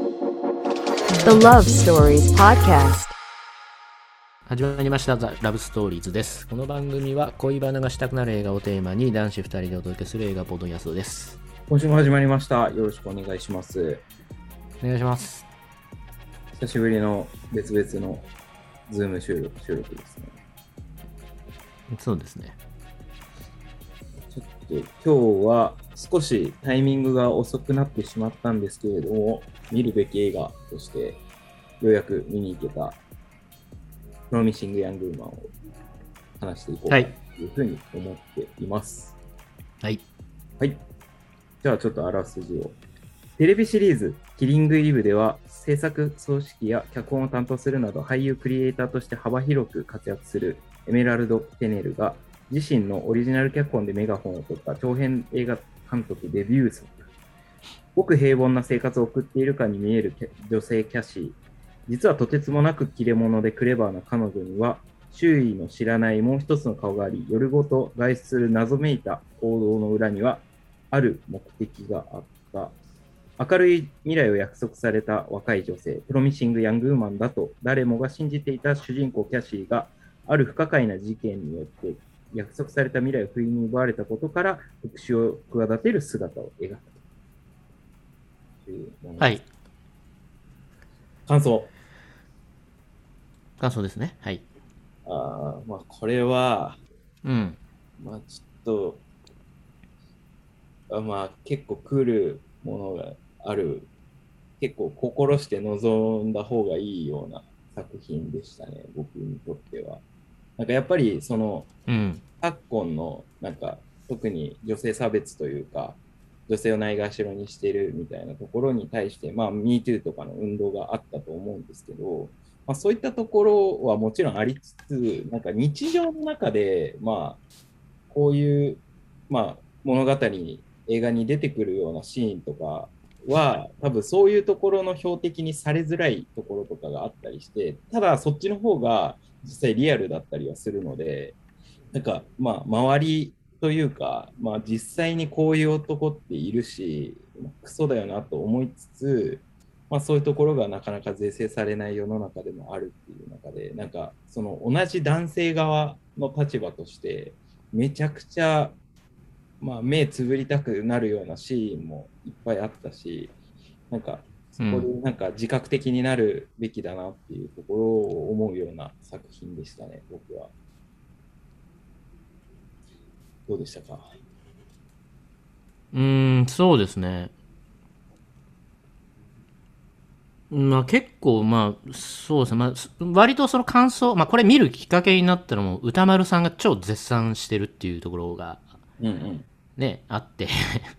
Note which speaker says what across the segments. Speaker 1: The Love Stories Podcast.
Speaker 2: 始まりました「ザ・ラブストーリーズ」ですこの番組は恋バナがしたくなる映画をテーマに男子2人でお届けする映画ポッドキャストです
Speaker 3: 今週も始まりました。よろしくお願いします。
Speaker 2: お願いします
Speaker 3: 久しぶりの別々のズーム収録収録ですね。
Speaker 2: そうですね
Speaker 3: ちょっと今日は少しタイミングが遅くなってしまったんですけれども、見るべき映画としてようやく見に行けたプロミシング・ヤング・ウーマンを話していこう
Speaker 2: は
Speaker 3: か
Speaker 2: い
Speaker 3: というふうに思っています。
Speaker 2: はい
Speaker 3: はい。じゃあちょっとあらすじを。テレビシリーズ「キリングイリブ」では制作組織や脚本を担当するなど俳優クリエイターとして幅広く活躍するエメラルド・ペネルが自身のオリジナル脚本でメガホンを取った長編映画監督デビュー作ごく平凡な生活を送っているかに見えるキャ女性キャシー実はとてつもなく切れ者でクレバーな彼女には周囲の知らないもう一つの顔があり夜ごと外出する謎めいた行動の裏にはある目的があった明るい未来を約束された若い女性プロミシング・ヤング・ウーマンだと誰もが信じていた主人公キャシーがある不可解な事件によって約束された未来を不意に奪われたことから復讐を企てる姿を描くというものです
Speaker 2: はい
Speaker 3: 感想
Speaker 2: 感想ですねはい
Speaker 3: あーまあこれは
Speaker 2: うん
Speaker 3: まあちょっと、あまあ結構来るものがある、結構心して臨んだ方がいいような作品でしたね、僕にとっては。なんかやっぱりその
Speaker 2: うん
Speaker 3: 昨今のなんか特に女性差別というか、女性をないがしろにしてるみたいなところに対して、まあ MeToo とかの運動があったと思うんですけど、まあ、そういったところはもちろんありつつ、なんか日常の中で、まあ、こういう、まあ、物語に、映画に出てくるようなシーンとかは、多分そういうところの標的にされづらいところとかがあったりして、ただそっちの方が実際リアルだったりはするので、なんか、まあ、周りというか、まあ、実際にこういう男っているし、クソだよなと思いつつ、まあ、そういうところがなかなか是正されない世の中でもあるっていう中でなんかその同じ男性側の立場としてめちゃくちゃ、まあ、目つぶりたくなるようなシーンもいっぱいあったしなんかそこでなんか自覚的になるべきだなっていうところを思うような作品でしたね僕は。どうでしたか
Speaker 2: うーんそうですねまあ結構まあそうですね、まあ、す割とその感想まあこれ見るきっかけになったのも歌丸さんが超絶賛してるっていうところが
Speaker 3: うんうん
Speaker 2: ね、あって、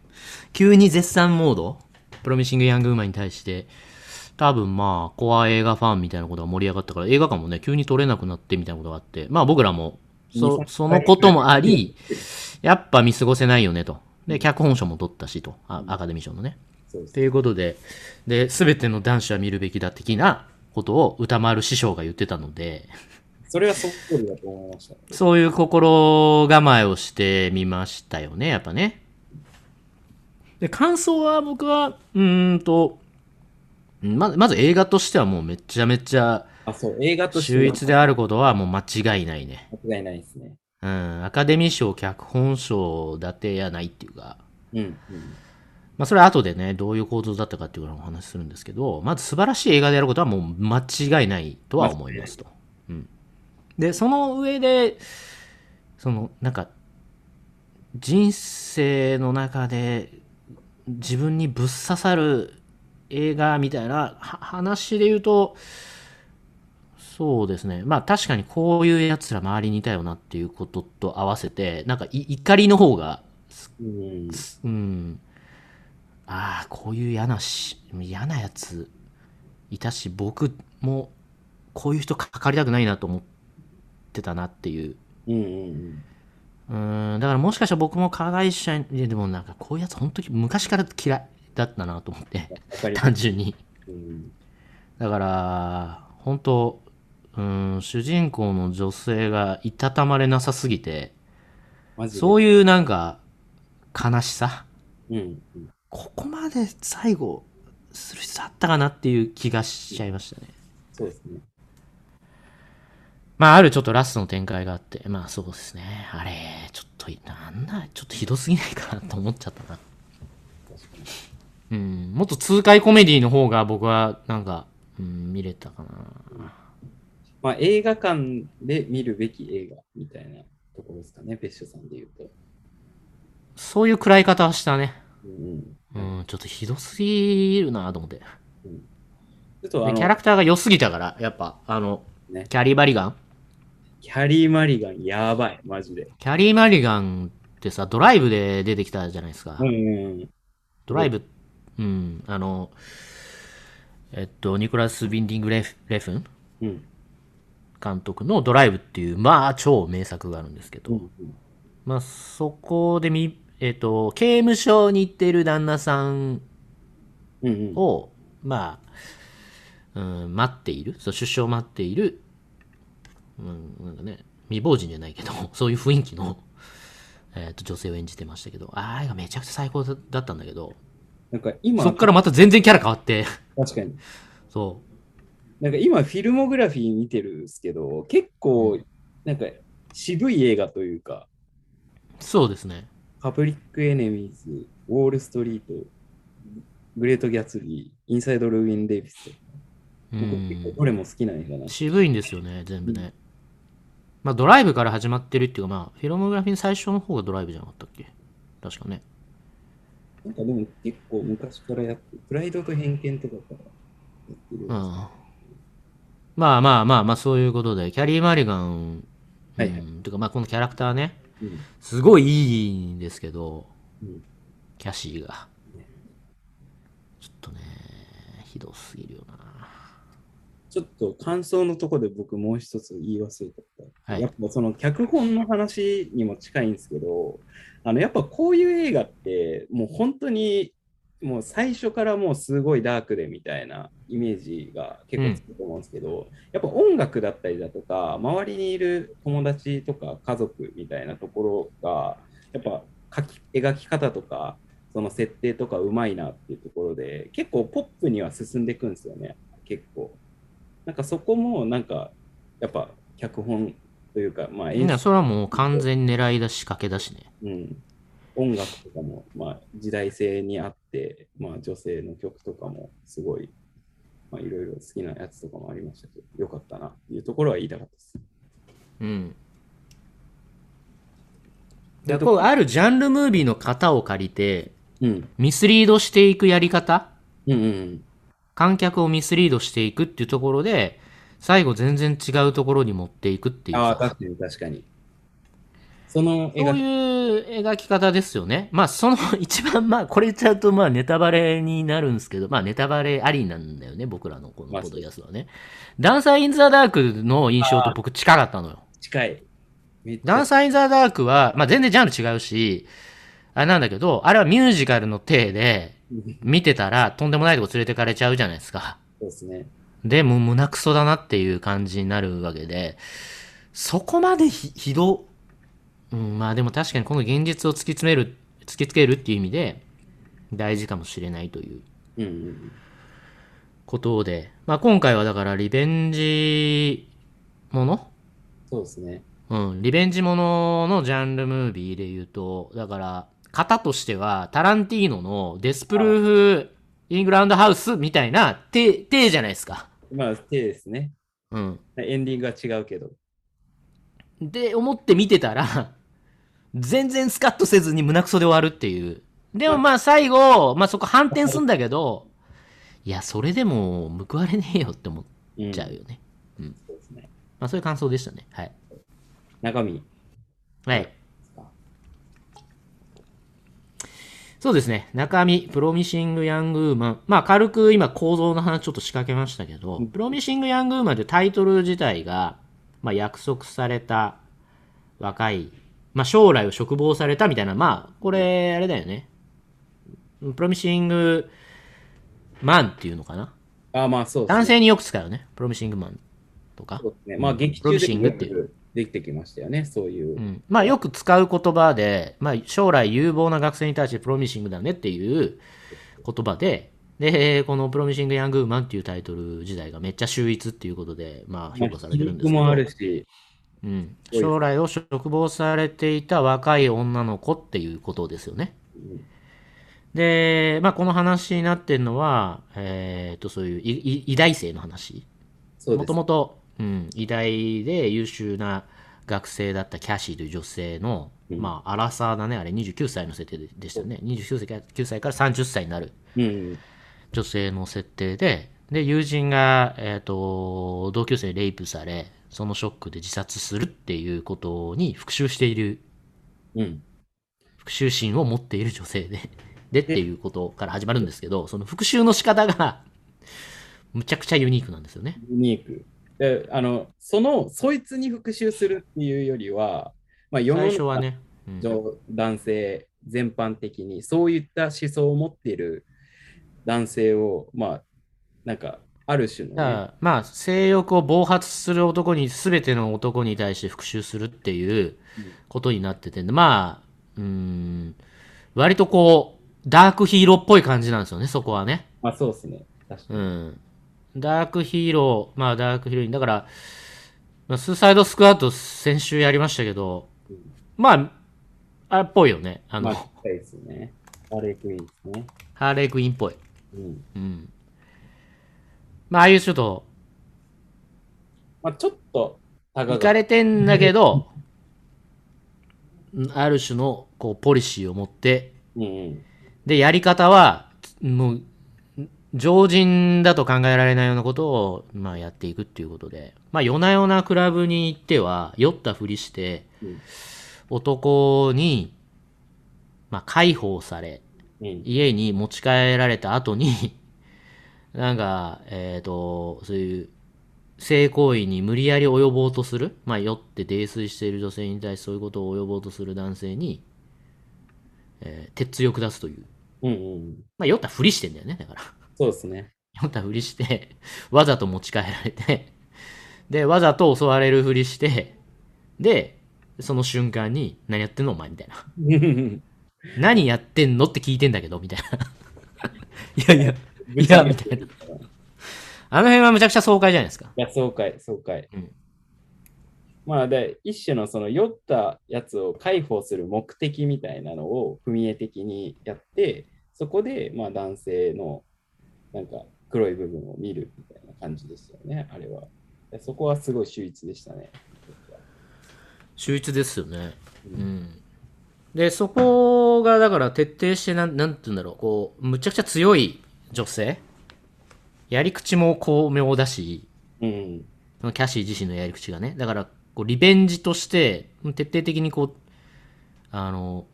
Speaker 2: 急に絶賛モードプロミシング・ヤング・ウーマンに対して、多分まあ、コア映画ファンみたいなことが盛り上がったから、映画館もね、急に撮れなくなってみたいなことがあって、まあ僕らも、そ
Speaker 3: 23
Speaker 2: そのこともあり、やっぱ見過ごせないよねと。で、脚本賞も取ったしと、あアカデミー賞のね。
Speaker 3: そうです
Speaker 2: ということで、で、すべての男子は見るべきだ的なことを歌丸師匠が言ってたので、
Speaker 3: それはそっくりだと思いました、ね。
Speaker 2: そういう心構えをしてみましたよね、やっぱね。で、感想は僕は、うーんと、うんままず映画としてはもうめちゃめちゃ
Speaker 3: あ、そう、映画として
Speaker 2: 秀逸であることはもう間違いないね。
Speaker 3: 間違いないですね。
Speaker 2: うん、アカデミー賞、脚本賞だてやないっていうか、
Speaker 3: うん、
Speaker 2: まあそれは後でね、どういう構造だったかっていうのをお話しするんですけど、まず素晴らしい映画であることはもう間違いないとは思いますと。うん、で、その上で、その、なんか、人生の中で自分にぶっ刺さる映画みたいなは話で言うと、そうですね。まあ確かにこういうやつら周りにいたよなっていうことと合わせて、なんかい怒りの方が
Speaker 3: うん。
Speaker 2: うん、ああこういう嫌なし嫌なやついたし僕もこういう人かかりたくないなと思ってたなっていう
Speaker 3: うん、うん、
Speaker 2: うんだからもしかしたら僕も加害者にいやでもなんかこういうやつ本当に昔から嫌いだったなと思って
Speaker 3: わかりま
Speaker 2: 単純に
Speaker 3: す。うん、
Speaker 2: だから本当うん主人公の女性がいたたまれなさすぎて
Speaker 3: マジで。
Speaker 2: そういうなんか悲しさ
Speaker 3: うん、うん。
Speaker 2: ここまで最後する必つだったかなっていう気がしちゃいましたね。
Speaker 3: そうですね。
Speaker 2: まあ、あるちょっとラストの展開があって、まあそうですね。あれ、ちょっと、なんだ、ちょっとひどすぎないかなと思っちゃったな。うん、もっと痛快コメディの方が僕は、なんか、うん、見れたかな。
Speaker 3: まあ、映画館で見るべき映画みたいなところですかね、ペッシュさんで言うと。
Speaker 2: そういう暗い方はしたね。
Speaker 3: うん、
Speaker 2: うん、ちょっとひどすぎるなと思って。で
Speaker 3: ちょっとあの
Speaker 2: キャラクターが良すぎたから、やっぱ、あの、
Speaker 3: ね
Speaker 2: キャリー・バリガン
Speaker 3: キャリー・マリガン、やばい、マジで。
Speaker 2: キャリー・マリガンってさ、ドライブで出てきたじゃないですか。
Speaker 3: うんうん、
Speaker 2: ドライブ、うん、あの、えっと、ニコラス・ビンディングレフ・レフン
Speaker 3: うん、
Speaker 2: 監督のドライブっていう、まあ、超名作があるんですけど、
Speaker 3: うんうん。
Speaker 2: まあ、そこでみ、えっと、刑務所に行ってる旦那さん
Speaker 3: うんうん、
Speaker 2: を、まあ、うん、待っている、そう出所を待っている、うん、なんかね、未亡人じゃないけど、 そういう雰囲気の、えっと、女性を演じてましたけど、あれがめちゃくちゃ最高だだったんだけど、
Speaker 3: なんか今、
Speaker 2: そっからまた全然キャラ変わって、
Speaker 3: 確かに。
Speaker 2: そう。
Speaker 3: なんか今、フィルモグラフィー見てるんですけど、結構、なんか渋い映画というか、
Speaker 2: そうですね。
Speaker 3: パブリック・エネミーズ、ウォール・ストリート、グレート・ギャツビー、インサイド・ルーイン・デイビスと、
Speaker 2: う
Speaker 3: 僕結構
Speaker 2: ん。
Speaker 3: どれも好きな映画なんです。
Speaker 2: 渋いんですよね、全部ね。まあ、ドライブから始まってるっていうか、まあ、フィロモグラフィーの最初の方がドライブじゃなかったっけ確かね。
Speaker 3: なんかでも結構昔からやって、プライドと偏見とかからやってる。
Speaker 2: うん。まあまあまあまあ、そういうことで、キャリー・マリガン、
Speaker 3: はい
Speaker 2: うん
Speaker 3: はい
Speaker 2: てか、まあ、このキャラクターね、
Speaker 3: うん
Speaker 2: すごいいいんですけど、
Speaker 3: うん
Speaker 2: キャシーが。ちょっとね、ひどすぎるよな。
Speaker 3: ちょっと感想のとこで僕もう一つ言い忘れちゃった。
Speaker 2: はい
Speaker 3: やっぱその脚本の話にも近いんですけど、あのやっぱこういう映画ってもう本当にもう最初からもうすごいダークでみたいなイメージが結構つくと思うんですけど、やっぱ音楽だったりだとか周りにいる友達とか家族みたいなところがやっぱ描き描き方とかその設定とかうまいなっていうところで結構ポップには進んでいくんですよね結構なんかそこもなんかやっぱ脚本というかまあ
Speaker 2: みん
Speaker 3: 演
Speaker 2: な、
Speaker 3: 出、
Speaker 2: それはもう完全に狙いだし、駆けだしね。
Speaker 3: うん、音楽とかもまあ時代性にあってまあ女性の曲とかもすごいまあいろいろ好きなやつとかもありましたけどよかったなっていうところは言いたかったです
Speaker 2: うん。だからこうあるジャンルムービーの型を借りて、
Speaker 3: うん
Speaker 2: ミスリードしていくやり方、
Speaker 3: うんうん
Speaker 2: 観客をミスリードしていくっていうところで、最後全然違うところに持っていくっていう
Speaker 3: ああ
Speaker 2: さ、
Speaker 3: 確かに確かにその
Speaker 2: そう
Speaker 3: 描き
Speaker 2: いう描き方ですよね。まあその 一番まあこれ言っちゃうとまあネタバレになるんですけど、まあネタバレありなんだよね、僕らのこ
Speaker 3: ま
Speaker 2: の
Speaker 3: あ
Speaker 2: ポッドキャストはね。ダンサーインザダークの印象と僕近かったのよ。
Speaker 3: 近いめっちゃ
Speaker 2: ダンサー・イン・ザ・ダークは、まあ、全然ジャンル違うし、あれなんだけど、あれはミュージカルの体で、
Speaker 3: うん
Speaker 2: 見てたらとんでもないとこ連れてかれちゃうじゃないですか。
Speaker 3: そうですね
Speaker 2: で、もう胸クソだなっていう感じになるわけで、そこまでひひど、うん、まあでも確かにこの現実を突き詰める、突きつけるっていう意味で、大事かもしれないという
Speaker 3: うんうんうん
Speaker 2: ことで、まあ今回はだからリベンジもの
Speaker 3: そうですね
Speaker 2: うん、リベンジもののジャンルムービーで言うと、だから、型としては、タランティーノのデスプルーフ・イングランドハウスみたいな、手、手じゃないですか。
Speaker 3: まあ手ですね
Speaker 2: うん。
Speaker 3: エンディングは違うけど
Speaker 2: で、思って見てたら、全然スカッとせずに胸クソで終わるっていう。でもまあ最後、まあそこ反転すんだけど、いや、それでも報われねえよって思っ
Speaker 3: うん
Speaker 2: ちゃうよね。
Speaker 3: そうですね
Speaker 2: まあそういう感想でしたね。はい。
Speaker 3: 中身
Speaker 2: はい。そうですね。中身、プロミシング・ヤング・ウーマン。まあ、軽く今構造の話ちょっと仕掛けましたけど、
Speaker 3: うん
Speaker 2: プロミシング・ヤング・ウーマンというタイトル自体が、まあ、約束された若い、まあ、将来を嘱望されたみたいな、まあ、これ、あれだよね。プロミシング・マンっていうのかな。
Speaker 3: ああまあそうですね
Speaker 2: 男性によく使うよね。プロミシング・マンとか
Speaker 3: そ。うですね。まあ、
Speaker 2: うん
Speaker 3: 劇
Speaker 2: プロ
Speaker 3: 中
Speaker 2: ミ
Speaker 3: で
Speaker 2: シン
Speaker 3: も
Speaker 2: グ
Speaker 3: よ
Speaker 2: っていう
Speaker 3: くできてきましたよね、そういう。
Speaker 2: うん、まあよく使う言葉で、まあ、将来有望な学生に対してプロミシングだねっていう言葉でで、このプロミシング・ヤング・ウーマンっていうタイトル自体がめっちゃ秀逸っていうことで、まあ評価されてるんですけど。
Speaker 3: もあるし、
Speaker 2: うん、
Speaker 3: ごい
Speaker 2: 将来を嘱望されていた若い女の子っていうことですよね。
Speaker 3: うん
Speaker 2: で、まあ、この話になってるのは、えーっと、そういういい医大生の話。
Speaker 3: そう
Speaker 2: も
Speaker 3: です
Speaker 2: と。もと、うん、医大で優秀な学生だったキャシーという女性の、
Speaker 3: うん
Speaker 2: まあ、アラサーだね、あれ29歳の設定ででしたよね。29歳から9歳から30歳になる
Speaker 3: うん、
Speaker 2: 女性の設定で、で、友人が、えっ、と、同級生にレイプされ、そのショックで自殺するっていうことに復讐している、
Speaker 3: うん、
Speaker 2: 復讐心を持っている女性で、 でっていうことから始まるんですけど、その復讐の仕方が、むちゃくちゃユニークなんですよね。
Speaker 3: ユニーク。であのそのそいつに復讐するっていうよりは、まあ、世の
Speaker 2: 最初
Speaker 3: 中
Speaker 2: は
Speaker 3: の
Speaker 2: ね。うん
Speaker 3: 男性全般的にそういった思想を持っている男性をまあなんかある種の
Speaker 2: だか
Speaker 3: ね、
Speaker 2: らまあ、性欲を暴発する男に、すべての男に対して復讐するっていうことになってて、まあ、うーん、割とこう、ダークヒーローっぽい感じなんですよね、そこはね。
Speaker 3: まあそうですね確か
Speaker 2: う
Speaker 3: に、
Speaker 2: ん。ダークヒーロー、まあ、ダークヒーローに、だから、まあ、スーサイドスクワット先週やりましたけど、まあ、あれっぽいよね。あの、
Speaker 3: まあ近いですねアレクイーンですね、
Speaker 2: ハーレークイーンっぽい。
Speaker 3: うん
Speaker 2: うん。まあ、ああいうちょっと、
Speaker 3: まあ、ちょっとた
Speaker 2: 行かれてんだけど、ある種のこうポリシーを持って、
Speaker 3: うんうん
Speaker 2: で、やり方は、もう、常人だと考えられないようなことを、まあ、やっていくっていうことで、まあ、夜な夜なクラブに行っては、酔ったふりして、
Speaker 3: うん
Speaker 2: 男に、まあ、解放され、
Speaker 3: うん
Speaker 2: 家に持ち帰られた後に、 なんか、えっ、と、そういう、性行為に無理やり及ぼうとする、まあ、酔って泥酔している女性に対してそういうことを及ぼうとする男性に、えー、鉄槌を下すという。
Speaker 3: うんうん
Speaker 2: まあ、酔ったふりしてんだよね、だから。
Speaker 3: そうですね
Speaker 2: 酔ったふりして、 わざと持ち帰られて、で、わざと襲われるふりして、で、その瞬間に、何やってんのお前みたいな。何やってんのって聞いてんだけど、みたい な。いやいや、いや、みたいな。あの辺はむちゃくちゃ爽快じゃないですか。
Speaker 3: いや、爽快、爽快。
Speaker 2: うん
Speaker 3: まあ、で、一種のその酔ったやつを解放する目的みたいなのを踏み絵的にやって、そこで、まあ、男性のなんか黒い部分を見るみたいな感じですよね、あれは。でそこはすごい秀逸でしたね。
Speaker 2: 秀逸ですよね。うん。で、そこが、だから徹底してなん、なんて言うんだろう、こう、むちゃくちゃ強い女性やり口も巧妙だし、
Speaker 3: うん。
Speaker 2: そのキャシー自身のやり口がね。だから、こう、リベンジとして、徹底的にこう、あの、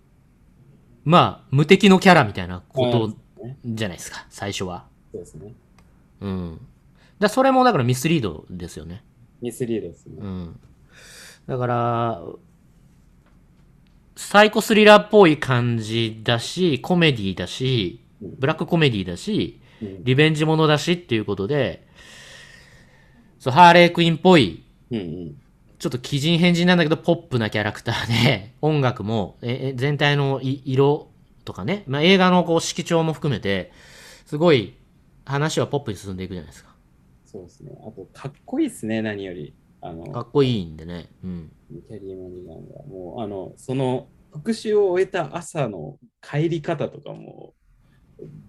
Speaker 2: まあ、無敵のキャラみたいなことじゃないですか、最初は。
Speaker 3: そうですね。
Speaker 2: うん。だそれもだからミスリードですよね。
Speaker 3: ミスリードです
Speaker 2: う
Speaker 3: ね。
Speaker 2: ん。だから、サイコスリラーっぽい感じだし、コメディだし、ブラックコメディだし、
Speaker 3: うん
Speaker 2: リベンジものだしっていうことで、そう、ハーレークイーンっぽい、
Speaker 3: うんうん。
Speaker 2: ちょっと奇人変人なんだけど、ポップなキャラクターで、 音楽も、ええ全体のい色とかね、まあ、映画のこう色調も含めて、すごい話はポップに進んでいくじゃないですか。
Speaker 3: そうですね。あと、かっこいいですね、何より。あの
Speaker 2: かっこいいんでね。うん。
Speaker 3: キャリー・マリガンが、もう、あの、その、復讐を終えた朝の帰り方とかも、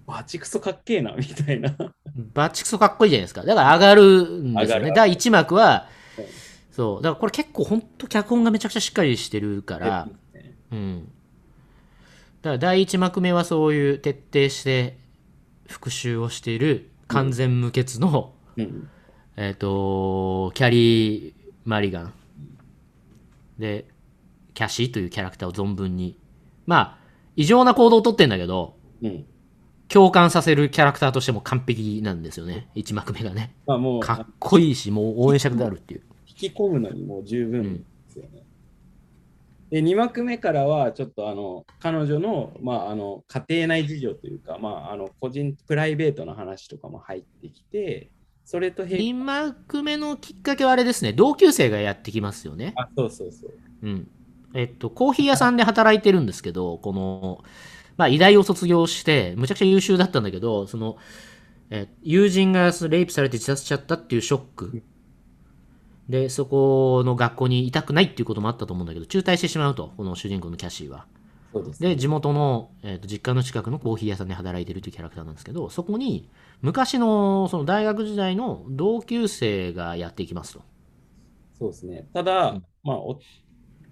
Speaker 3: バチクソかっけえな、みたいな。
Speaker 2: バチクソかっこいいじゃないですか。だから上がるんですよ
Speaker 3: 上が
Speaker 2: ね。
Speaker 3: る
Speaker 2: 第1幕は
Speaker 3: うん、
Speaker 2: そう。だからこれ結構ほんと脚本がめちゃくちゃしっかりしてるから、うん。だから第1幕目はそういう徹底して復讐をしている完全無欠の、
Speaker 3: うん、
Speaker 2: えっ、と、キャリー・マリガン。で、キャシーというキャラクターを存分に。まあ、異常な行動をとってんだけど、
Speaker 3: うん。
Speaker 2: 共感させるキャラクターとしても完璧なんですよね。1幕目がね。
Speaker 3: まあ、もう、
Speaker 2: かっこいいし、もう応援したくなるっていう。
Speaker 3: 引き込むのにもう十分ですよね。で、2幕目からは、ちょっと、あの、彼女の、まあ、あの、家庭内事情というか、まあ、あの、個人、プライベートの話とかも入ってきて、それと並
Speaker 2: 2幕目のきっかけはあれですね。同級生がやってきますよね。
Speaker 3: あ、そうそうそう。
Speaker 2: うん。えっと、コーヒー屋さんで働いてるんですけど、この、まあ、医大を卒業して、むちゃくちゃ優秀だったんだけど、その、えー友人がそのレイプされて自殺しちゃったっていうショック。で、そこの学校にいたくないっていうこともあったと思うんだけど、中退してしまうと、この主人公のキャシーは。
Speaker 3: そうですね。
Speaker 2: で、地元の、えーと実家の近くのコーヒー屋さんで働いてるというキャラクターなんですけど、そこに、昔の、その大学時代の同級生がやっていきますと。
Speaker 3: そうですね。ただ、
Speaker 2: うん
Speaker 3: まあお、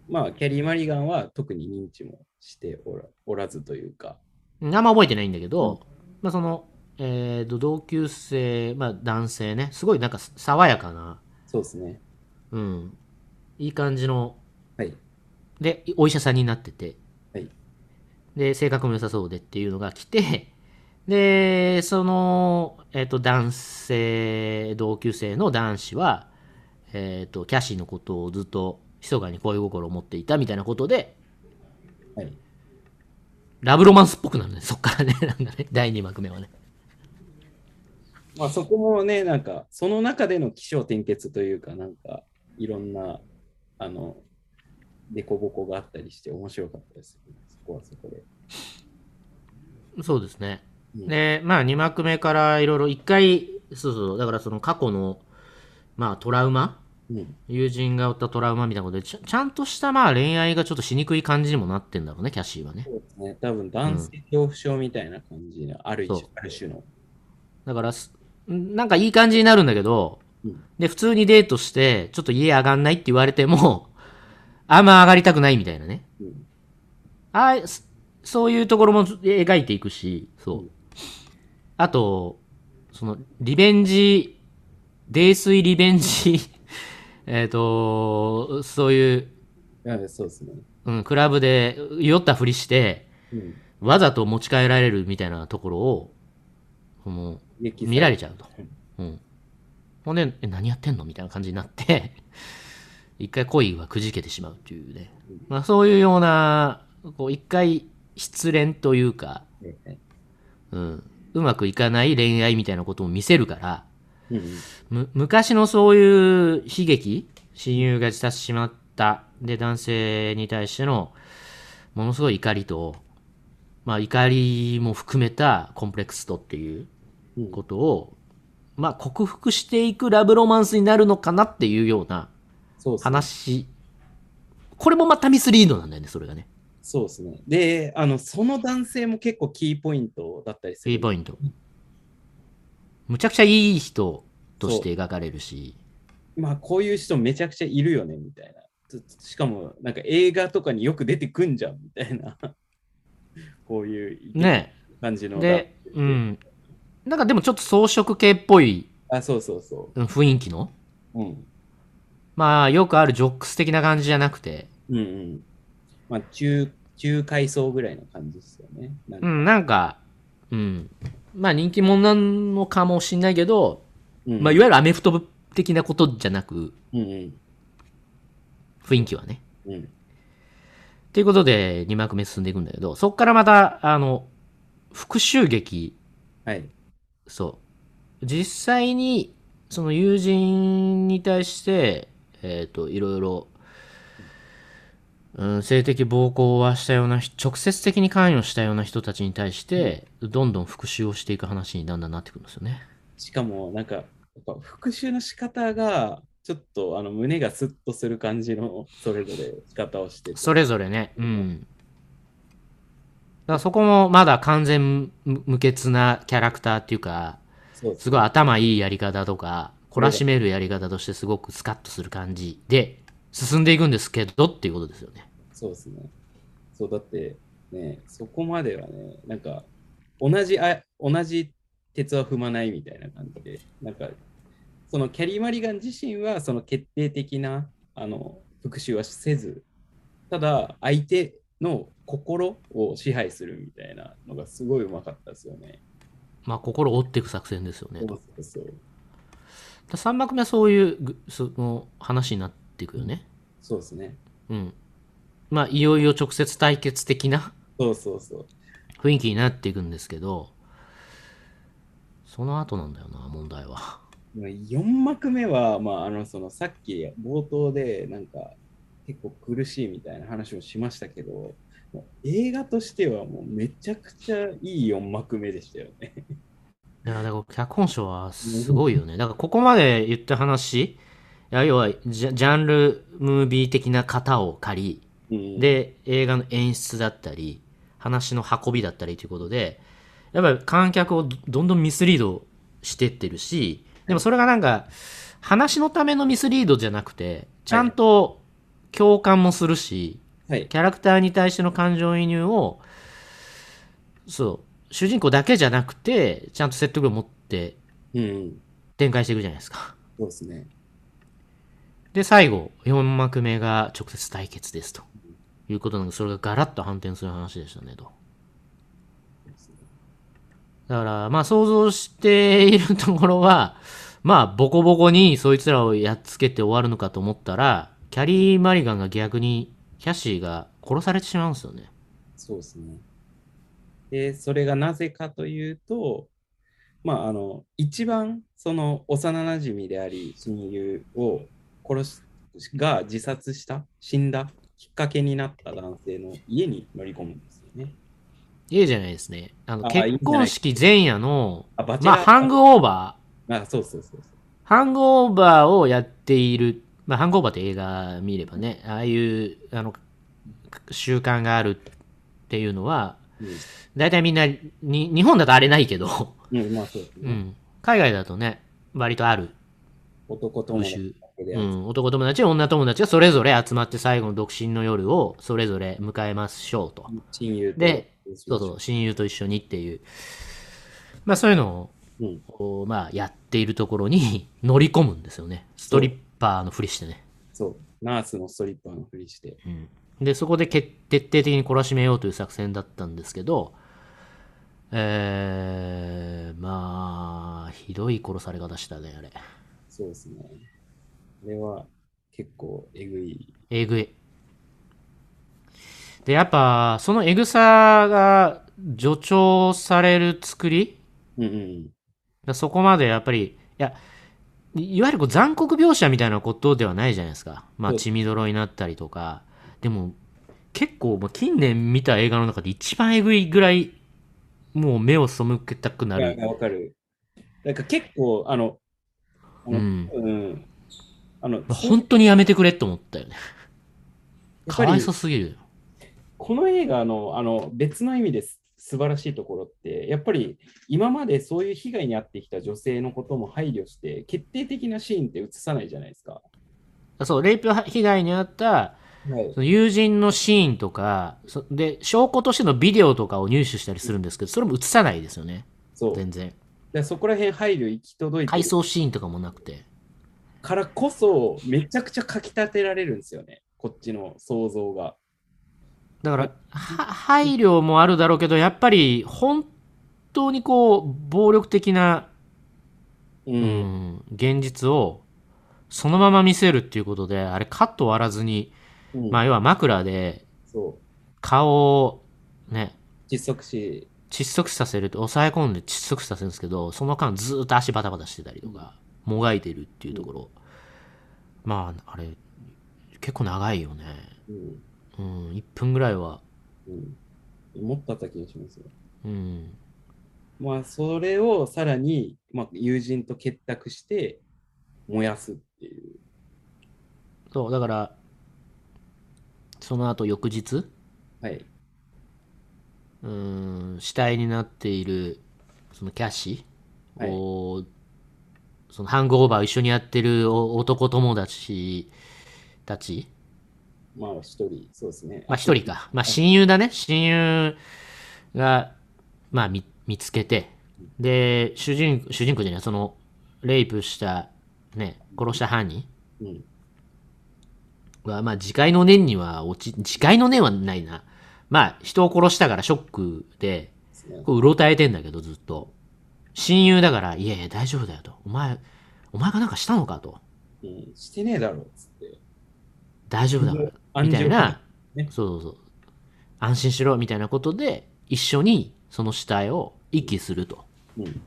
Speaker 3: まあ、キャリー・マリガンは特に認知もしておらおらずというか、
Speaker 2: あんま覚えてないんだけど、まあその、えーと、同級生、まあ男性ね、すごいなんか爽やかな、
Speaker 3: そうですね。
Speaker 2: うん、いい感じの、
Speaker 3: はい。
Speaker 2: で、お医者さんになってて、
Speaker 3: はい
Speaker 2: で、性格も良さそうでっていうのが来て、で、その、えっ、と、男性、同級生の男子は、えっ、と、キャシーのことをずっと、密かに恋心を持っていたみたいなことで、
Speaker 3: はい。
Speaker 2: ラブロマンスっぽくなるね、そっからね、 なんかね、第2幕目はね。
Speaker 3: まあ、そこもね、なんか、その中での起承転結というか、なんか、いろんな、あの、凸凹があったりして面白かったですよね。そこはそこで。
Speaker 2: そうですね。
Speaker 3: うん
Speaker 2: で、まあ2幕目からいろいろ一回、そうそう、だからその過去の、まあトラウマ
Speaker 3: うん。
Speaker 2: 友人が負ったトラウマみたいなことでちゃ、ちゃんとしたまあ恋愛がちょっとしにくい感じにもなってんだろうね、キャシーはね
Speaker 3: そ。うですね。多分、男性恐怖症みたいな感じの、ある
Speaker 2: そ
Speaker 3: 一
Speaker 2: う
Speaker 3: ある種の。
Speaker 2: だからす、んなんかいい感じになるんだけど、
Speaker 3: うん
Speaker 2: で、普通にデートして、ちょっと家上がんないって言われても、 あんま上がりたくないみたいなね。
Speaker 3: うん。。
Speaker 2: ああ、そそういうところも描いていくし、そううんあと、その、リベンジ、泥酔リベンジ、 えっと、そういう、
Speaker 3: あそうですね。
Speaker 2: うん、クラブで酔ったふりして、
Speaker 3: うん。
Speaker 2: わざと持ち帰られるみたいなところを、その、見られちゃうと。うん。ほんで、え何やってんのみたいな感じになって、 一回恋はくじけてしまうっていうね。まあそういうような、こう一回失恋というか、
Speaker 3: はい
Speaker 2: うん、うまくいかない恋愛みたいなことを見せるから、
Speaker 3: うん。
Speaker 2: む昔のそういう悲劇、親友が自殺してしまった、で、男性に対しての、ものすごい怒りと、まあ怒りも含めたコンプレックスとっていう
Speaker 3: うん
Speaker 2: ことを、まあ克服していくラブロマンスになるのかなっていうような
Speaker 3: そうですね。
Speaker 2: 話。これもまたミスリードなんだよね、それがね。
Speaker 3: そうですね。で、あの、その男性も結構キーポイントだったりす
Speaker 2: スリ
Speaker 3: る。
Speaker 2: ーポイント。むちゃくちゃいい人として描かれるし、
Speaker 3: まあ、こういう人めちゃくちゃいるよね、みたいな。つしかも、なんか映画とかによく出てくんじゃん、みたいな。 こういう
Speaker 2: ね。
Speaker 3: 感じの。
Speaker 2: で、うん。なんかでもちょっと装飾系っぽい
Speaker 3: あ、そうそうそ
Speaker 2: うん雰囲気の、
Speaker 3: う。うん。
Speaker 2: まあよくあるジョックス的な感じじゃなくて、
Speaker 3: うんうん。まあ、中、中階層ぐらいの感じですよね。なん
Speaker 2: う
Speaker 3: か
Speaker 2: ん、なんか、うん。まあ人気者なのかもしんないけど、
Speaker 3: うん
Speaker 2: まあいわゆるアメフト部的なことじゃなく、
Speaker 3: うんうん
Speaker 2: 雰囲気はね。
Speaker 3: うん。
Speaker 2: ということで、2幕目進んでいくんだけど、そっからまた、あの、復讐劇
Speaker 3: はい。
Speaker 2: そう。実際に、その友人に対して、えっ、と、いろいろ、うん、性的暴行はしたような人、直接的に関与したような人たちに対して、どんどん復讐をしていく話にだんだんなってくるんですよね。
Speaker 3: しかも、なんか、やっぱ復讐の仕方が、ちょっとあの胸がスッとする感じのそれぞれ仕方をしてて
Speaker 2: それぞれね。うん。だからそこもまだ完全無無欠なキャラクターっていうか、
Speaker 3: そうです
Speaker 2: すごい頭いいやり方とか、懲らしめるやり方としてすごくスカッとする感じで進んでいくんですけどっていうことですよね。
Speaker 3: そうですね。そうだってね、そこまではね、なんか同じあ同じ鉄は踏まないみたいな感じで、なんかそのキャリー・マリガン自身はその決定的なあの復讐はせず、ただ相手の心を支配するみたいなのがすごいうまかったですよね。
Speaker 2: まあ、心を折っていく作戦ですよね。
Speaker 3: そうそうそう
Speaker 2: 3幕目はそういうぐその話になっていくよね。
Speaker 3: そうですね。
Speaker 2: うん。まあ、いよいよ直接対決的な
Speaker 3: そうそうそう。
Speaker 2: 雰囲気になっていくんですけど、その後なんだよな、問題は。
Speaker 3: 4幕目は、まあ、あのそのさっき冒頭でなんか結構苦しいみたいな話をしましたけど、映画としてはもうめちゃくちゃいい4幕目でしたよね。
Speaker 2: いや、だから脚本賞はすごいよね。だからここまで言った話、いや要はジャジャンルムービー的な型を借
Speaker 3: うん
Speaker 2: り、で、映画の演出だったり、話の運びだったりということで、やっぱり観客をどどんどんミスリードしてってるし、でもそれがなんか、話のためのミスリードじゃなくて、ちゃんと共感もするし、
Speaker 3: はい。
Speaker 2: キャラクターに対しての感情移入を、そう、主人公だけじゃなくて、ちゃんと説得力を持って
Speaker 3: うん。
Speaker 2: 展開していくじゃないですか。
Speaker 3: そうですね。
Speaker 2: で、最後、4幕目が直接対決ですと。いうことなので、それがガラッと反転する話でしたね、と。だから、まあ想像しているところは、まあボコボコにそいつらをやっつけて終わるのかと思ったら、キャリー・マリガンが逆にキャシーが殺されてしまうんですよね。
Speaker 3: そうですね。で、それがなぜかというと、まあ、あの、一番、その、幼なじみであり、親友を殺し、が自殺した、死んだきっかけになった男性の家に乗り込むんですよね。
Speaker 2: いいじゃないですね。あの、
Speaker 3: あ
Speaker 2: 結婚式前夜の、
Speaker 3: あ、バチェ
Speaker 2: まあ
Speaker 3: ラー
Speaker 2: ハングオーバー、
Speaker 3: あ、そうそうそうそう。
Speaker 2: ハングオーバーをやっている、まあ、ハングオーバーって映画見ればね、ああいうあの習慣があるっていうのは、
Speaker 3: う
Speaker 2: 大体みんなに、日本だとあれないけど、
Speaker 3: ん、うん、まあそうです
Speaker 2: う
Speaker 3: ね。
Speaker 2: ん、海外だとね、割とある、
Speaker 3: 男友達だけで
Speaker 2: う
Speaker 3: ある、
Speaker 2: ん、男友達、女友達がそれぞれ集まって最後の独身の夜をそれぞれ迎えましょうと。
Speaker 3: 親友と
Speaker 2: で、そうそう、親友と一緒にっていう、まあそういうの
Speaker 3: うん
Speaker 2: を、こうまあやっているところに乗り込むんですよね。ストリッパーのふりしてね。
Speaker 3: そう。ナースのストリッパーのふりして。
Speaker 2: うんでそこで決徹底的に懲らしめようという作戦だったんですけど、えー、まあひどい殺され方したねあれ
Speaker 3: そうですね。これは結構えぐい。
Speaker 2: えぐいでやっぱそのえぐさが助長される作り
Speaker 3: うんうん。
Speaker 2: だそこまでやっぱりいやいいわゆるこう残酷描写みたいなことではないじゃないですか、まあ、
Speaker 3: そう
Speaker 2: 血みどろになったりとかでも結構、まあ、近年見た映画の中で一番えぐいぐらいもう目を背けたくない
Speaker 3: や
Speaker 2: る、
Speaker 3: わかる。なんか結構、あの、あ
Speaker 2: う
Speaker 3: の、
Speaker 2: ん
Speaker 3: うん。あの、
Speaker 2: まあ、本当にやめてくれと思ったよね
Speaker 3: や
Speaker 2: か
Speaker 3: っぱり
Speaker 2: わいそうすぎるよ
Speaker 3: この映画のあの別の意味です素晴らしいところって、やっぱり今までそういう被害に遭ってきた女性のことも配慮して、決定的なシーンって映さないじゃないですか。
Speaker 2: あそうレイプ被害に遭った
Speaker 3: はい
Speaker 2: そ。の友人のシーンとかそで証拠としてのビデオとかを入手したりするんですけどそれも映さないですよね
Speaker 3: そう。だか
Speaker 2: 全然
Speaker 3: らそこら辺配慮行き届いて
Speaker 2: 回
Speaker 3: る
Speaker 2: 想シーンとかもなくて
Speaker 3: からこそ、めちゃくちゃかきたてられるんですよね。こっちの想像が。
Speaker 2: だから、は配慮もあるだろうけど、やっぱり本当にこう、暴力的な、
Speaker 3: う。
Speaker 2: うんん、現実をそのまま見せるっていうことで、あれカット割らずに、
Speaker 3: うん
Speaker 2: まあ要は枕で
Speaker 3: そう。
Speaker 2: 顔をね、
Speaker 3: 窒息死。
Speaker 2: 窒息死させると、抑え込んで窒息死させるんですけど、その間ずーっと足バタバタしてたりとか、もがいてるっていうところ。まあ、あれ、結構長いよね。
Speaker 3: うん。
Speaker 2: うん、1分ぐらいは。
Speaker 3: うん。思ったった気がしますよ。
Speaker 2: うん。
Speaker 3: まあ、それをさらに、まあ、友人と結託して燃やすっていう。
Speaker 2: そう、だから、その後翌日、
Speaker 3: はい。
Speaker 2: うーん、死体になっている、そのキャシーを、そのハングオーバーを一緒にやってるお男友達たち、
Speaker 3: まあ、一人、そうですね。
Speaker 2: まあ一人か、まあ親友だね、親友が、まあ見見つけて、で、主人主人公じゃない、その、レイプした、ね、殺した犯人
Speaker 3: うん。
Speaker 2: は、まあ、自戒の念には落ち、自戒の念はないな。まあ、人を殺したからショックで、
Speaker 3: ですね
Speaker 2: こう、うろたえてんだけど、ずっと。親友だから、いやいや、大丈夫だよと。お前、お前がなんかしたのかと。
Speaker 3: うん、してねえだろっつって。
Speaker 2: 大丈夫だから。
Speaker 3: 安
Speaker 2: みた
Speaker 3: 全
Speaker 2: いな、
Speaker 3: ね
Speaker 2: そうそうそう。安心しろ、みたいなことで、一緒に、その死体を遺棄すると。
Speaker 3: うん。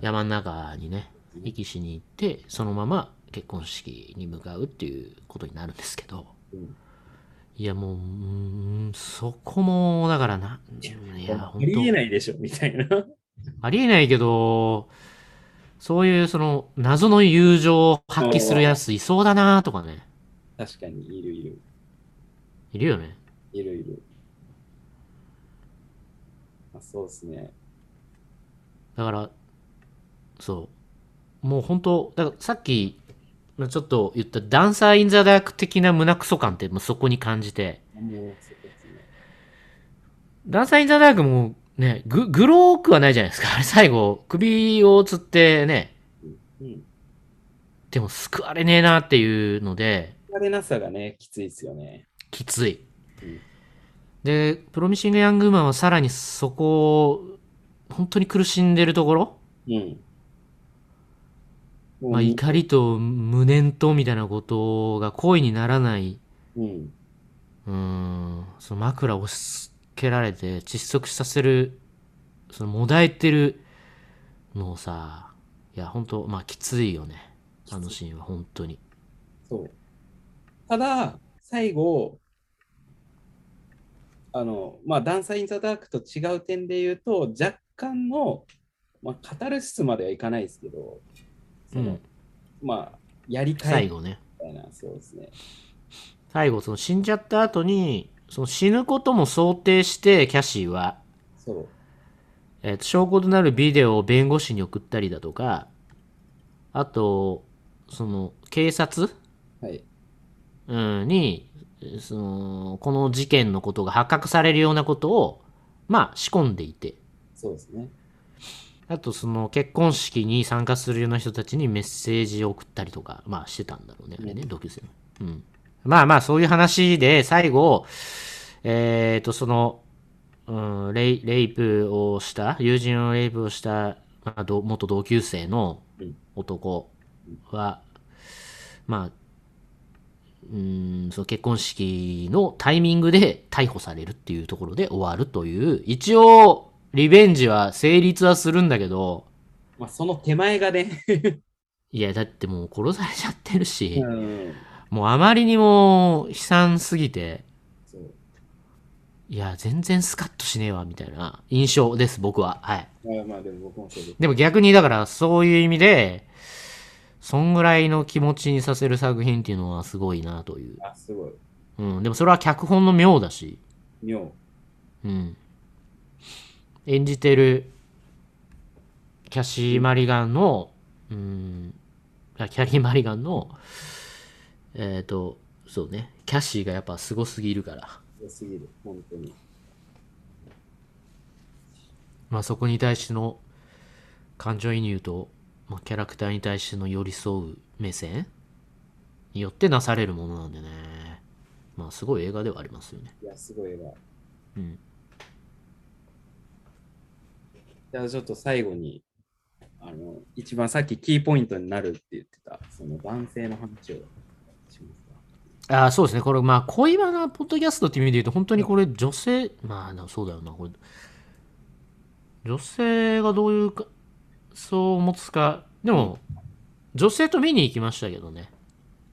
Speaker 2: 山の中にね、遺棄しに行って、そのまま結婚式に向かうっていうことになるんですけど。
Speaker 3: うん、
Speaker 2: いいやもう、うーん、そこも、だからな、いや、
Speaker 3: あ
Speaker 2: 本
Speaker 3: りえ
Speaker 2: 当
Speaker 3: ないでしょみたいな。
Speaker 2: ありえないけど、そういうその謎の友情を発揮するやついそうだなとかね、
Speaker 3: 確かに、いるいる。
Speaker 2: いるよね。
Speaker 3: いるいる。あそうですね。
Speaker 2: だから、そう。もう本当、だからさっき、まあちょっと言ったダンサー・イン・ザ・ダーク的な胸クソ感ってもうそこに感じて、
Speaker 3: もう、そうですね。
Speaker 2: ダンサー・イン・ザ・ダークもね、ググローくはないじゃないですか。あれ最後、首をつってね、
Speaker 3: うん。
Speaker 2: でも救われねえなっていうので、
Speaker 3: 疲れなさがね、きついですよね。
Speaker 2: きつい
Speaker 3: うん。
Speaker 2: で、プロミシング・ヤング・ウーマンはさらにそこを、本当に苦しんでるところ、
Speaker 3: うん。もう
Speaker 2: まあ、怒りと無念とみたいなことが恋にならない、
Speaker 3: うん。
Speaker 2: うーん、その枕を押し付けられて窒息させる、そのもだえてるのをさ、いや、本当まあきついよね。あのシーンは本当に。
Speaker 3: そう。ただ、最後、あの、まあ、ダンサー・イン・ザ・ダークと違う点で言うと、若干の、まあ、カタルシスまではいかないですけど、その
Speaker 2: うん
Speaker 3: まあ、やりた
Speaker 2: 最
Speaker 3: いみ
Speaker 2: 後ね。
Speaker 3: たいな、そうですね。
Speaker 2: 最後、その死んじゃった後に、その死ぬことも想定して、キャシーは、
Speaker 3: そう。
Speaker 2: えーと証拠となるビデオを弁護士に送ったりだとか、あと、その、警察
Speaker 3: はい。
Speaker 2: うんに、えーその、この事件のことが発覚されるようなことを、まあ、仕込んでいて、
Speaker 3: そうですね。
Speaker 2: あと、その、結婚式に参加するような人たちにメッセージを送ったりとか、まあ、してたんだろうね、あれね、
Speaker 3: うん
Speaker 2: 同級生の。うん。まあまあ、そういう話で、最後、えっ、と、その、うん、レイ、レイプをした、友人をレイプをした、まあ、ど元同級生の
Speaker 3: うん
Speaker 2: 男は、まあ、うん、その結婚式のタイミングで逮捕されるっていうところで終わるという、一応、リベンジは成立はするんだけど、
Speaker 3: まあ、その手前がね、
Speaker 2: いや、だってもう殺されちゃってるし、
Speaker 3: うん。
Speaker 2: もうあまりにも悲惨すぎて、
Speaker 3: そう。
Speaker 2: いや、全然スカッとしねえわ、みたいな印象です、僕は。はい。
Speaker 3: まあまあ、でも僕もそうです。
Speaker 2: でも逆にだからそういう意味で、そんぐらいの気持ちにさせる作品っていうのはすごいなという。
Speaker 3: あ、すごい。
Speaker 2: うん。でもそれは脚本の妙だし、
Speaker 3: 妙。
Speaker 2: うん。演じてるキャシー・マリガンの、うん、あキャリー・マリガンの、えっ、と、そうね、キャシーがやっぱすごすぎるから。
Speaker 3: 良すぎる。本当に。
Speaker 2: まあ、そこに対しての感情移入と、まあ、キャラクターに対しての寄り添う目線によってなされるものなんでね。まあ、すごい映画ではありますよね。
Speaker 3: いや、すごいわ。
Speaker 2: うん。
Speaker 3: じゃあちょっと最後に、あの、一番さっきキーポイントになるって言ってた、その男性の話をしますか。
Speaker 2: ああ、そうですね。これ、まあ、恋バナポッドキャストっていう意味で言うと、本当にこれ、女性、まあ、でもそうだよな、これ。女性がどういうか、そう持つか。でも、女性と見に行きましたけどね。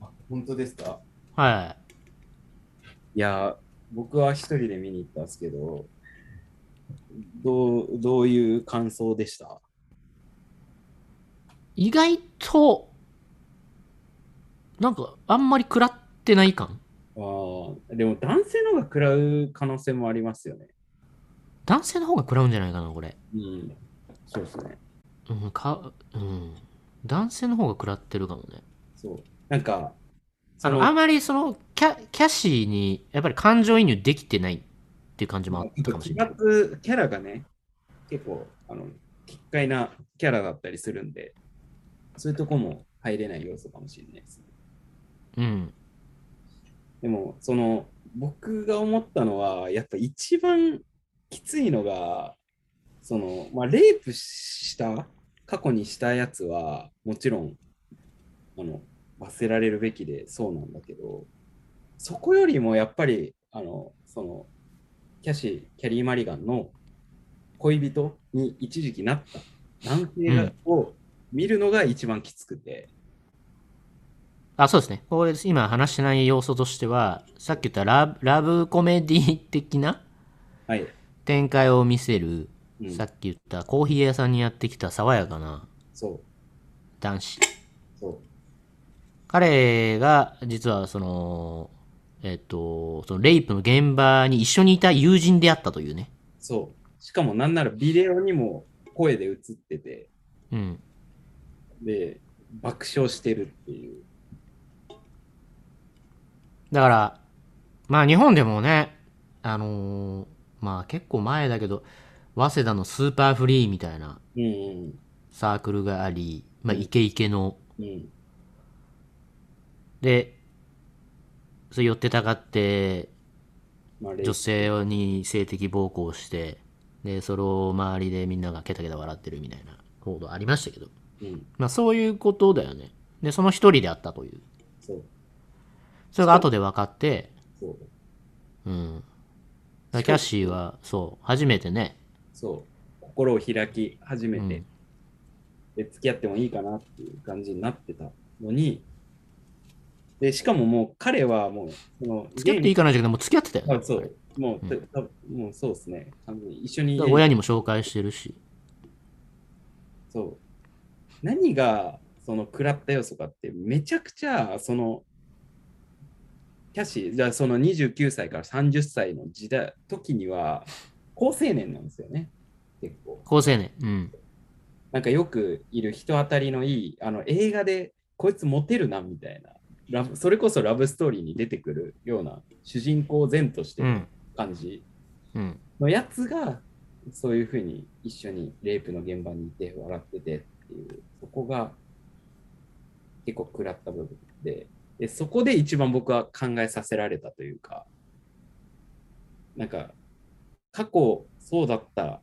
Speaker 3: あ、本当ですか
Speaker 2: はい
Speaker 3: や、僕は一人で見に行ったんですけど、どう、どういう感想でした
Speaker 2: い。意外と、なんか、あんまり食らってない感。
Speaker 3: ああ、でも男性の方が食らう可能性もありますよね。
Speaker 2: 男性の方が食らうんじゃないかな、これ。
Speaker 3: うん。そうですね。
Speaker 2: うん、か、うん。男性の方が食らってるかもね。
Speaker 3: そう。なんか、
Speaker 2: あの、あまりその、キャ、キャシーに、やっぱり感情移入できてないっていう感じもあったかもし
Speaker 3: 奇
Speaker 2: れない。
Speaker 3: 抜キャラがね、結構、あの、奇怪なキャラだったりするんで、そういうとこも入れない要素かもしれないですね。
Speaker 2: うん。
Speaker 3: でも、その、僕が思ったのは、やっぱ一番きついのが、その、まあ、レイプした、過去にしたやつは、もちろん、あの、忘れられるべきでそうなんだけど、そこよりもやっぱり、あの、その、キャシー、キャリー・マリガンの恋人に一時期なった男性を見るのが一番きつくて、
Speaker 2: あ、そうですね。これ、今話してない要素としては、さっき言ったラブラブコメディ的な
Speaker 3: はい。
Speaker 2: 展開を見せる、
Speaker 3: うん
Speaker 2: さっき言ったコーヒー屋さんにやってきた爽やかな
Speaker 3: そう。
Speaker 2: 男子。
Speaker 3: そう。
Speaker 2: 彼が、実はその、えっと、そのレイプの現場に一緒にいた友人であったというね。
Speaker 3: そう。しかもなんならビデオにも声で映ってて、
Speaker 2: うん。
Speaker 3: で、爆笑してるっていう。
Speaker 2: だから、まあ日本でもね、あのーまあ結構前だけど、早稲田のスーパーフリーみたいな
Speaker 3: うん
Speaker 2: サークルがあり、まあ
Speaker 3: うん
Speaker 2: イケイケの、
Speaker 3: うん。うん。
Speaker 2: で、そう寄ってたかって、
Speaker 3: まあ、レイ
Speaker 2: 女性に性的暴行して、で、それを周りでみんながケタケタ笑ってるみたいな報道ありましたけど、
Speaker 3: うん。
Speaker 2: まあそういうことだよね。で、その一人であったという。
Speaker 3: そう。
Speaker 2: それが後で分かって、
Speaker 3: そう。
Speaker 2: うん。だからキャッシーは、そう、初めてね、
Speaker 3: そう。心を開き始めて、
Speaker 2: うん
Speaker 3: で、付き合ってもいいかなっていう感じになってたのに、で、しかももう彼はもう、その、
Speaker 2: 付き合っていいかなじゃなくて、もう付き合ってたよね。
Speaker 3: あそう。もう、
Speaker 2: うん
Speaker 3: たたもうそうですね。完全に一緒に
Speaker 2: だから親にも紹介してるし。
Speaker 3: そう。何がその食らった要素かって、めちゃくちゃそのキャシー、じゃあその29歳から30歳の時代時には、高青年なんですよね、結構。
Speaker 2: 高青年。うん。
Speaker 3: なんかよくいる人当たりのいい、あの映画でこいつモテるなみたいな、ラブそれこそラブストーリーに出てくるような主人公を善として
Speaker 2: う
Speaker 3: る
Speaker 2: ん。
Speaker 3: 感じ
Speaker 2: うん。
Speaker 3: のやつが、そういうふうに一緒にレイプの現場にいて笑っててっていう、そこが結構食らった部分で、でそこで一番僕は考えさせられたというか、なんか、過去そうだった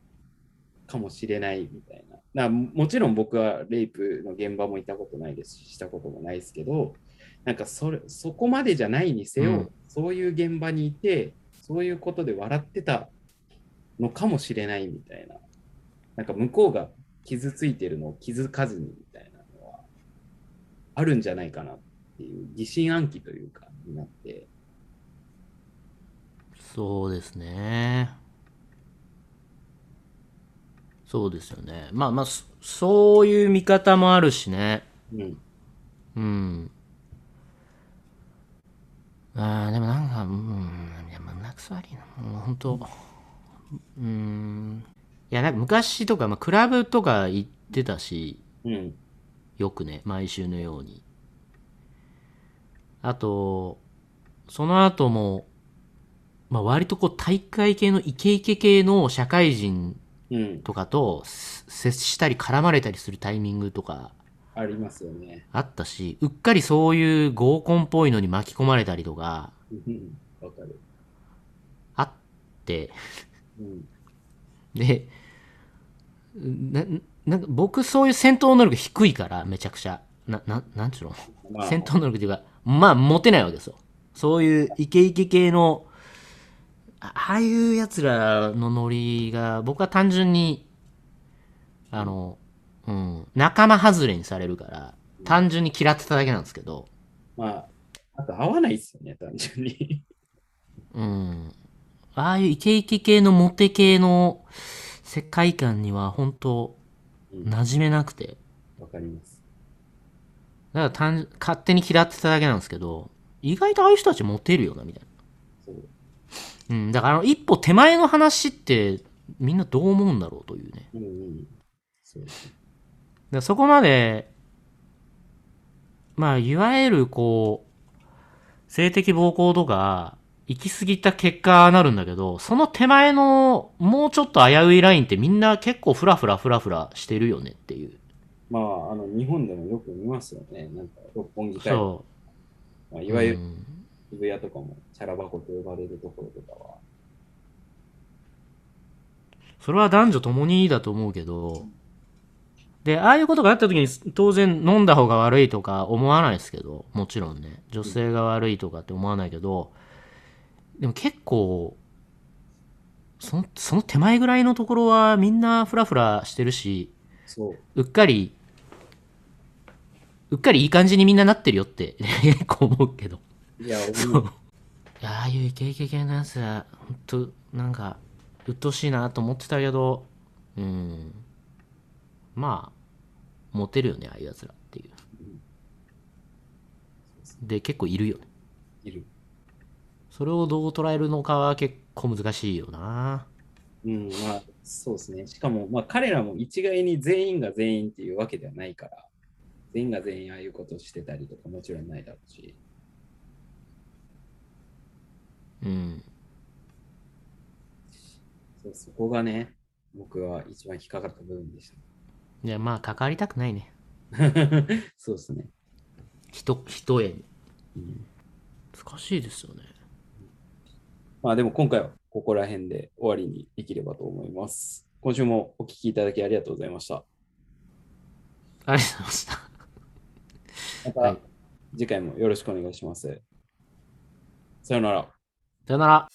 Speaker 3: かもしれないみたいな。なもちろん僕はレイプの現場もいたことないですし、したこともないですけど、なんかそれそこまでじゃないにせよ、
Speaker 2: うん
Speaker 3: そういう現場にいて、そういうことで笑ってたのかもしれないみたいな。なんか向こうが傷ついてるのを気づかずにみたいなのはあるんじゃないかなっていう疑心暗鬼というかになって
Speaker 2: そうですね。そうですよね。まあまあ、そそういう見方もあるしね。
Speaker 3: うん
Speaker 2: うん。ああ、でもなんか、うん、いや、胸くそ悪いな。もう本当うん。いや、なんか昔とか、まあ、クラブとか行ってたし、
Speaker 3: うん
Speaker 2: よくね、毎週のように。あと、その後も、まあ割とこう大会系のイケイケ系の社会人
Speaker 3: うん
Speaker 2: とかとす接したり絡まれたりするタイミングとか
Speaker 3: ありますよね
Speaker 2: あったし、うっかりそういう合コンっぽいのに巻き込まれたりとか
Speaker 3: うんわかる
Speaker 2: あって、
Speaker 3: うん
Speaker 2: で、な、なんか僕そういう戦闘能力低いからめちゃくちゃ、な、な、なんちゅうの
Speaker 3: まあ
Speaker 2: 戦闘能力というか、まあ、モテないわけですよ。そういうイケイケ系の、あああいうやつらのノリが、僕は単純に、あの、うん、仲間外れにされるから、単純に嫌ってただけなんですけど、
Speaker 3: まああと合わないですよね単純に
Speaker 2: うん、ああいうイケイケ系のモテ系の世界観には本当、
Speaker 3: うん
Speaker 2: 馴染めなくて、
Speaker 3: わかります
Speaker 2: だから単勝手に嫌ってただけなんですけど、意外とああいう人たちモテるよな、みたいな。
Speaker 3: そう
Speaker 2: うん、だからあの一歩手前の話ってみんなどう思うんだろうというね。
Speaker 3: うんうんそう
Speaker 2: だからそこまで、まあ、いわゆるこう、性的暴行とか、行き過ぎた結果ああなるんだけど、その手前のもうちょっと危ういラインってみんな結構フラフラフラフラしてるよねっていう。
Speaker 3: まああの日本でもよく見ますよねなんか六本木から
Speaker 2: そ
Speaker 3: まあ、
Speaker 2: う。
Speaker 3: いわゆ
Speaker 2: う
Speaker 3: る
Speaker 2: ん
Speaker 3: 渋谷とかもチャラ箱と呼ばれるところとかは
Speaker 2: それは男女ともにだと思うけど、で、ああいうことがあった時に当然飲んだ方が悪いとか思わないですけど、もちろんね、女性が悪いとかって思わないけど、でも結構、そのその手前ぐらいのところはみんなフラフラしてるし、
Speaker 3: そう
Speaker 2: うっかり、ううっかりいい感じにみんななってるよって 結構思うけど。
Speaker 3: いや、
Speaker 2: いやああいうイケイケ系のやつは、ほんと、なんか、鬱陶しいなと思ってたけど、うん。まあ、モテるよね、ああいうやつらっていう。で、結構いるよね。
Speaker 3: いる。
Speaker 2: それをどう捉えるのかは結構難しいよな。
Speaker 3: うん、まあ、そうですね。しかも、まあ、彼らも一概に全員が全員っていうわけではないから、全員が全員ああいうことをしてたりとかもちろんないだろうし、
Speaker 2: うん。
Speaker 3: そうそこがね、僕は一番引っかかった部分でし
Speaker 2: いや、まあ、関わりたくないね。
Speaker 3: た。そうですね。
Speaker 2: 人、人へ。
Speaker 3: うん
Speaker 2: 難しいですよね。
Speaker 3: まあ、でも今回はここら辺で終わりにできればと思います。今週もお聞きいただきありがとうございました。
Speaker 2: ありがとうございました。
Speaker 3: ま
Speaker 2: は
Speaker 3: た
Speaker 2: い
Speaker 3: 次回もよろしくお願いします。さようなら。
Speaker 2: さよなら。